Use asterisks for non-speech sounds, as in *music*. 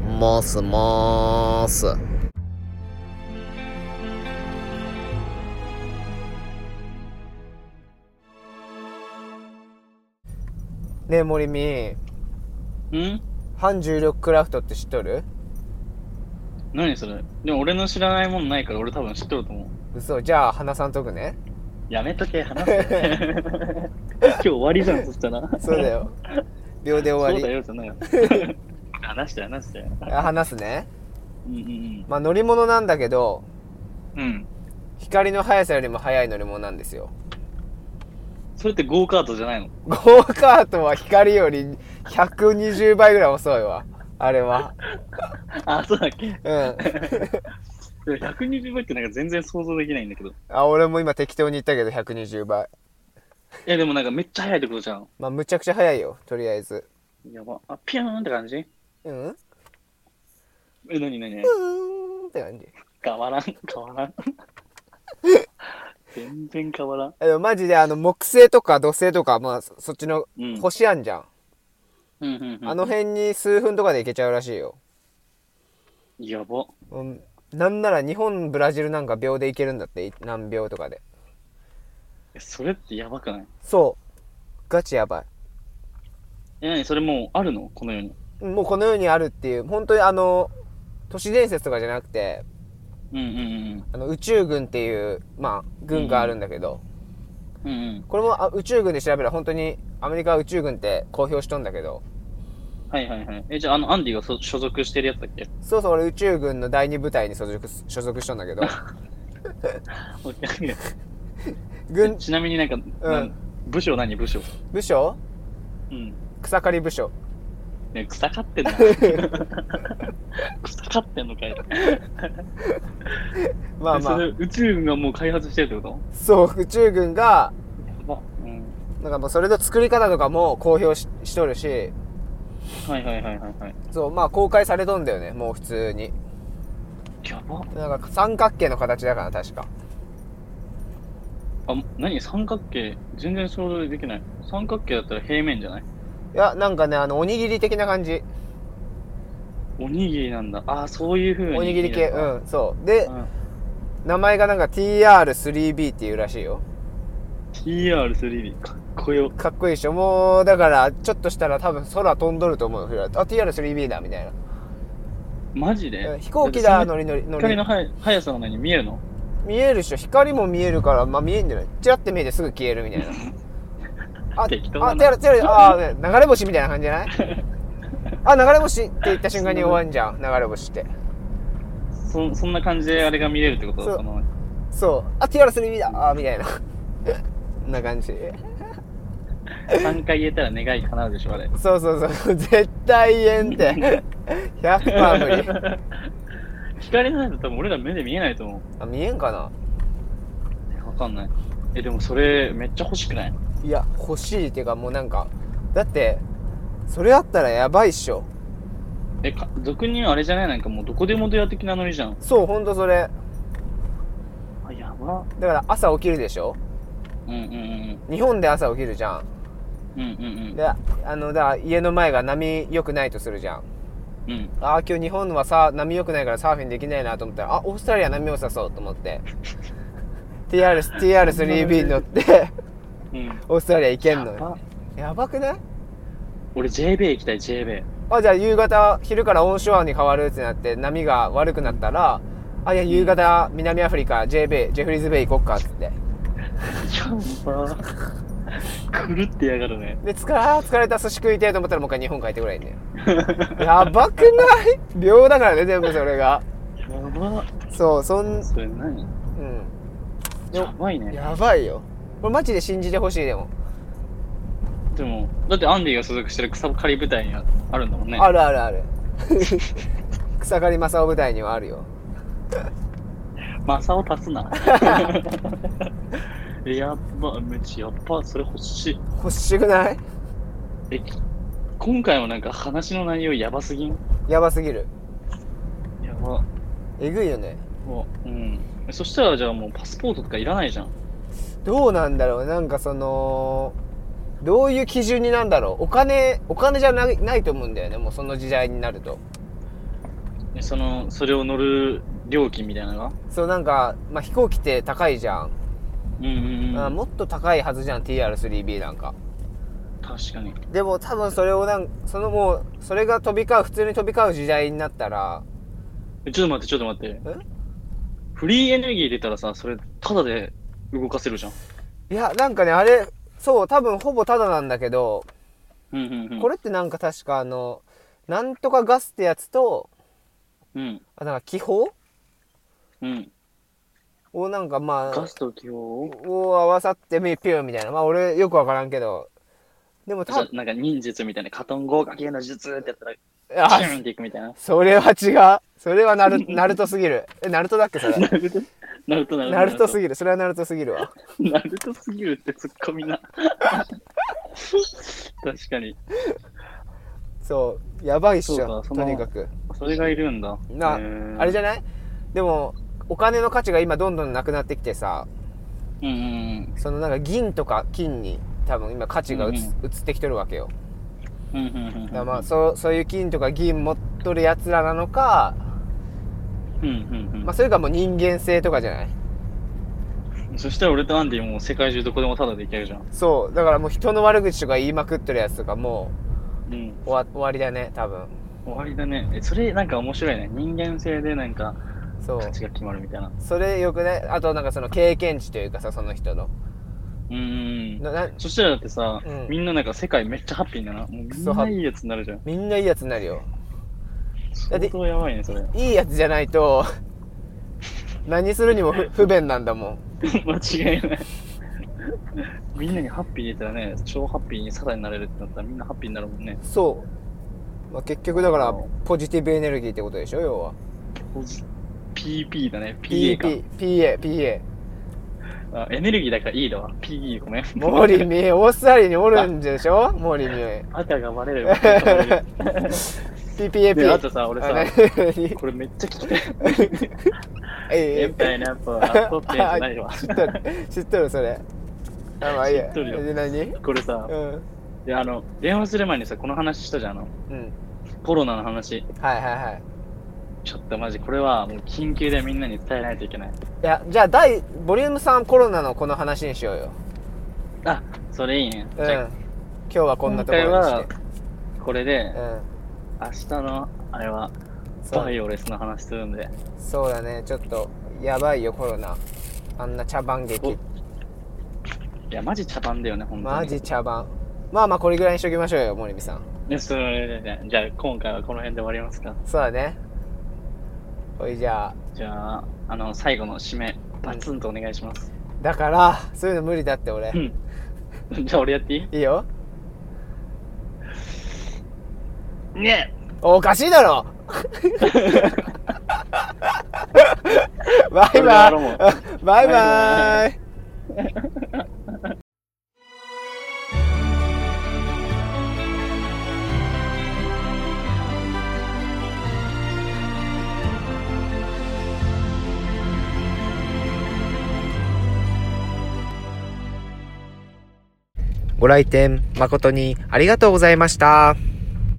もーすもーす。ねえ森美ん反重力クラフトって知っとる何それでも俺の知らないもんないから俺多分知っとると思う。嘘じゃあ話さんとくねやめとけ、話 *laughs* せ。今日終わりじゃん、そしたら。そうだよ秒で終そうだわりよ、じ *laughs* ゃないよ。話して、話して。あ話すねうんうんまあ乗り物なんだけどうん。うん。光の速さよりも速い乗り物なんですよそれってゴーカートじゃないのゴーカートは光より120倍ぐらい遅いわあれはあ、そうだっけうんでも ?120 倍ってなんか全然想像できないんだけど。いあ俺も今適当に言ったけど120倍や、でもなんかめっちゃ速いってことじゃん。まあむちゃくちゃ速いよとりあえずやば。あ、ピューンって感じうんうえ、なになにーんって感じ変わらん、変 *laughs* わらん。全然変わらん。えでもマジであの木星とか土星とかまあそそっちのうん星あんじゃん、うんうんうん。あの辺に数分とかで行けちゃうらしいよ、やば。うん、なんなら日本ブラジルなんか秒で行けるんだってい何秒とかでえそれってやばくないそうガチやばいえ、なにそれもうあるのこの世に。うんもうこの世にあるっていう本当にあの都市伝説とかじゃなくてうんうんあの宇宙軍っていうまあ軍があるんだけど、うん。うんうん。これもあ宇宙軍で調べたら本当にアメリカは宇宙軍って公表しとんだけどはいはいはい。え、じゃあ、あの、アンディがそ所属してるやつだっ *laughs* けそうそう俺宇宙軍の第2部隊に所属所属しとん *laughs* だけど軍ちなみになんか、なうんん、部署何部署部署うん。草刈り部 *laughs* 署ね、草刈 *laughs* ってんな。草刈ってんのかい。まあまえそあれ宇宙軍がもう開発してるってこそう宇宙軍がとやば。うん。なんかもうそれの作り方とかも公表ししとるしはいはいはいはいはい。そうまあ公開されとんだよねもう普通にやば。なんか三角形の形だから確かあ、何三角形全然想像できない。三角形だったら平面じゃないいやなんかねあのおにぎり的な感じおにぎりなんだ。あー、そういう風に。おにぎり系うん。うんそうで名前がなんか TR3B っていうらしいよ TR3D。かっこよ。かっこいいでしょもうだからちょっとしたら多分空飛んどると思うよフライトあ TR3B だみたいなマジで、うん飛行機だってそノリノリノ光リの速速さの何見えるの見えるでしょ光も見えるからまあ見えんじゃないチラッて見えてすぐ消えるみ *laughs* たいなああ適当だな TR- TR あー流れ星みたいな感じじゃない *laughs* あ流れ星って言った瞬間に終わんじゃん流れ星ってそそんな感じであれが見れるってことそうそのそうあ TR3B だあみたいな *laughs* こんな感じ3回言えたら願い叶うでしょ *laughs* あれそうそうそう絶対言えんって *laughs* 100%無理光の速さ多分俺ら目で見えないと思あ見えんかなうわかんないえでもそれめっちゃ欲しくないいや欲しいっていうかもうなんかだってそれあったらやばいっしょえか俗に言うあれじゃないなんかもうどこでもドア的なノリじゃんそうほんとそれあやばだから朝起きるでしょうんうんうん日本で朝起きるじゃんうんうんであのだから家の前が波良くないとするじゃんうんうんあー今日日本はさ波良くないからサーフィンできないなと思ったらあオーストラリア波良さそうと思って *laughs* TR TR3B に乗 *laughs* ってうんオーストラリア行けんのやよばやばくない俺 JB 行きたい JB あじゃあ夕方昼からオンショアに変わるってなって波が悪くなったらあいや夕方南アフリカ J ベイジェフリーズベイ行こっかっつってやば狂ってやがるねで疲れあー疲れた寿司食いてえと思ったらもう一回日本帰ってくらいいんだよ *laughs* やばくない秒だからね全部それがやばそうそんそれ何うんやばいねやばいよこれマジで信じてほしいでもでも、だってアンディが所属してる草刈り部隊にはあるんだもんね。あるあるある *laughs* 草刈正雄舞台にはあるよマサを足す *laughs* な。やっば、めっちゃやっば、それ欲しい。欲しくないえ、今回もなんか話の内容やばすぎんやばすぎるやば。えぐいよねもう、うん。そしたらじゃあもうパスポートとかいらないじゃん。どうなんだろうなんかそのどういう基準になんだろうお金お金じゃないないと思うんだよねもうその時代になるとえその、それを乗る料金みたいなのがそうなんか、まあ、飛行機って高いじゃん、うんうんうん。あもっと高いはずじゃん TR3B なんか確かに。でも多分それをなんそのもうそれが飛び交う普通に飛び交う時代になったらえちょっと待って、ちょっと待ってえ。フリーエネルギー入れたらさ、それ、ただで動かせるじゃん。いやなんかねあれそう多分ほぼタダなんだけどうんうんうん。これってなんか確かあのなんとかガスってやつとうん。あなんか気泡うん。をなんかまあガスと気泡を合わさってみピューみたいなまあ俺よくわからんけどでもじゃたあなんか忍術みたいな、カトン合系の術ってやったら、あシューンっていくみたいな。それは違うそれはナルナルトすぎるえナルトだっけそれナ *laughs* ルト、ナルト、ナナルトすぎぎるそれはナルトすぎるわる。ナルトすぎるってツッコミな。 *laughs* 確かに。そうやばいっしそうょかそとのにかくそれがいるんだ。なへーあれじゃないでもお金の価値が今どんどんなくなってきてさうんうんそのなんか銀とか金に多分今価値が移,、うん移ってきてるわけようん。うんうんうんだからまあそうそういう金とか銀持っとるやつらなのか、うんうんうんまあ、それかもう人間性とかじゃないそしたら俺とアンディもう世界中どこでもタダで行けるじゃん。そうだからもう人の悪口とか言いまくってるやつとかもうん。う終わ終わりだね多分終わりだね。え、それなんか面白いね。人間性でなんかそう価値が決まるみたいな。それよくねあとなんかその経験値というかさその人のうんうんうん。ななそしたらだってさ、うんみんななんか世界めっちゃハッピーだな。もうみんソハッなピいーいやつになるじゃん。みんないいやつになるよだって相当やばいね、それ。いいやつじゃない *laughs* と何するにも不不便なんだもん *laughs* 間違いない。みんなにハッピー入れたらね、超ハッピーにサダになれるってなったらみんなハッピーになるもんね。そう、まあ、結局だからポジティブエネルギーってことでしょ要はポジ PP だね。PA か。 PPPAPA あエネルギーだから E だわ。PE ごめん。 *laughs* モーリー見えオーストラリアにおるんでしょモーリー見え *laughs* 赤がバレる。赤がバレる PPAP であとさ俺さあ何これめっちゃ聞 *laughs* きたい。エえンパイナップル、アップってやつないわ。知っとる知っとるそれあまあいいや知っとるよで何これさ、うんであの、電話する前にさ、この話したじゃん。あのうんコロナの話。はいはいはいちょっとマジ、これはもう緊急でみんなに伝えないといけない。いやじゃあ第ボリューム3コロナのこの話にしようよあ、それいいね。うんじゃあ今日はこんなところにしてこれで、うん明日のあれはそうバイオレスの話するんでそうだねちょっとやばいよコロナあんな茶番劇いやマジ茶番だよね本当にマジ茶番まあまあこれぐらいにしときましょうよ森美さんでそれでじゃあ今回はこの辺で終わりますかそうだねほいじゃあじゃああの最後の締めバツンとお願いします、だからそういうの無理だって俺うん *laughs* じゃあ俺やっていいいいよねおかしいだろ *laughs* バイバそれで終わイバイバイご来店誠にありがとうございました。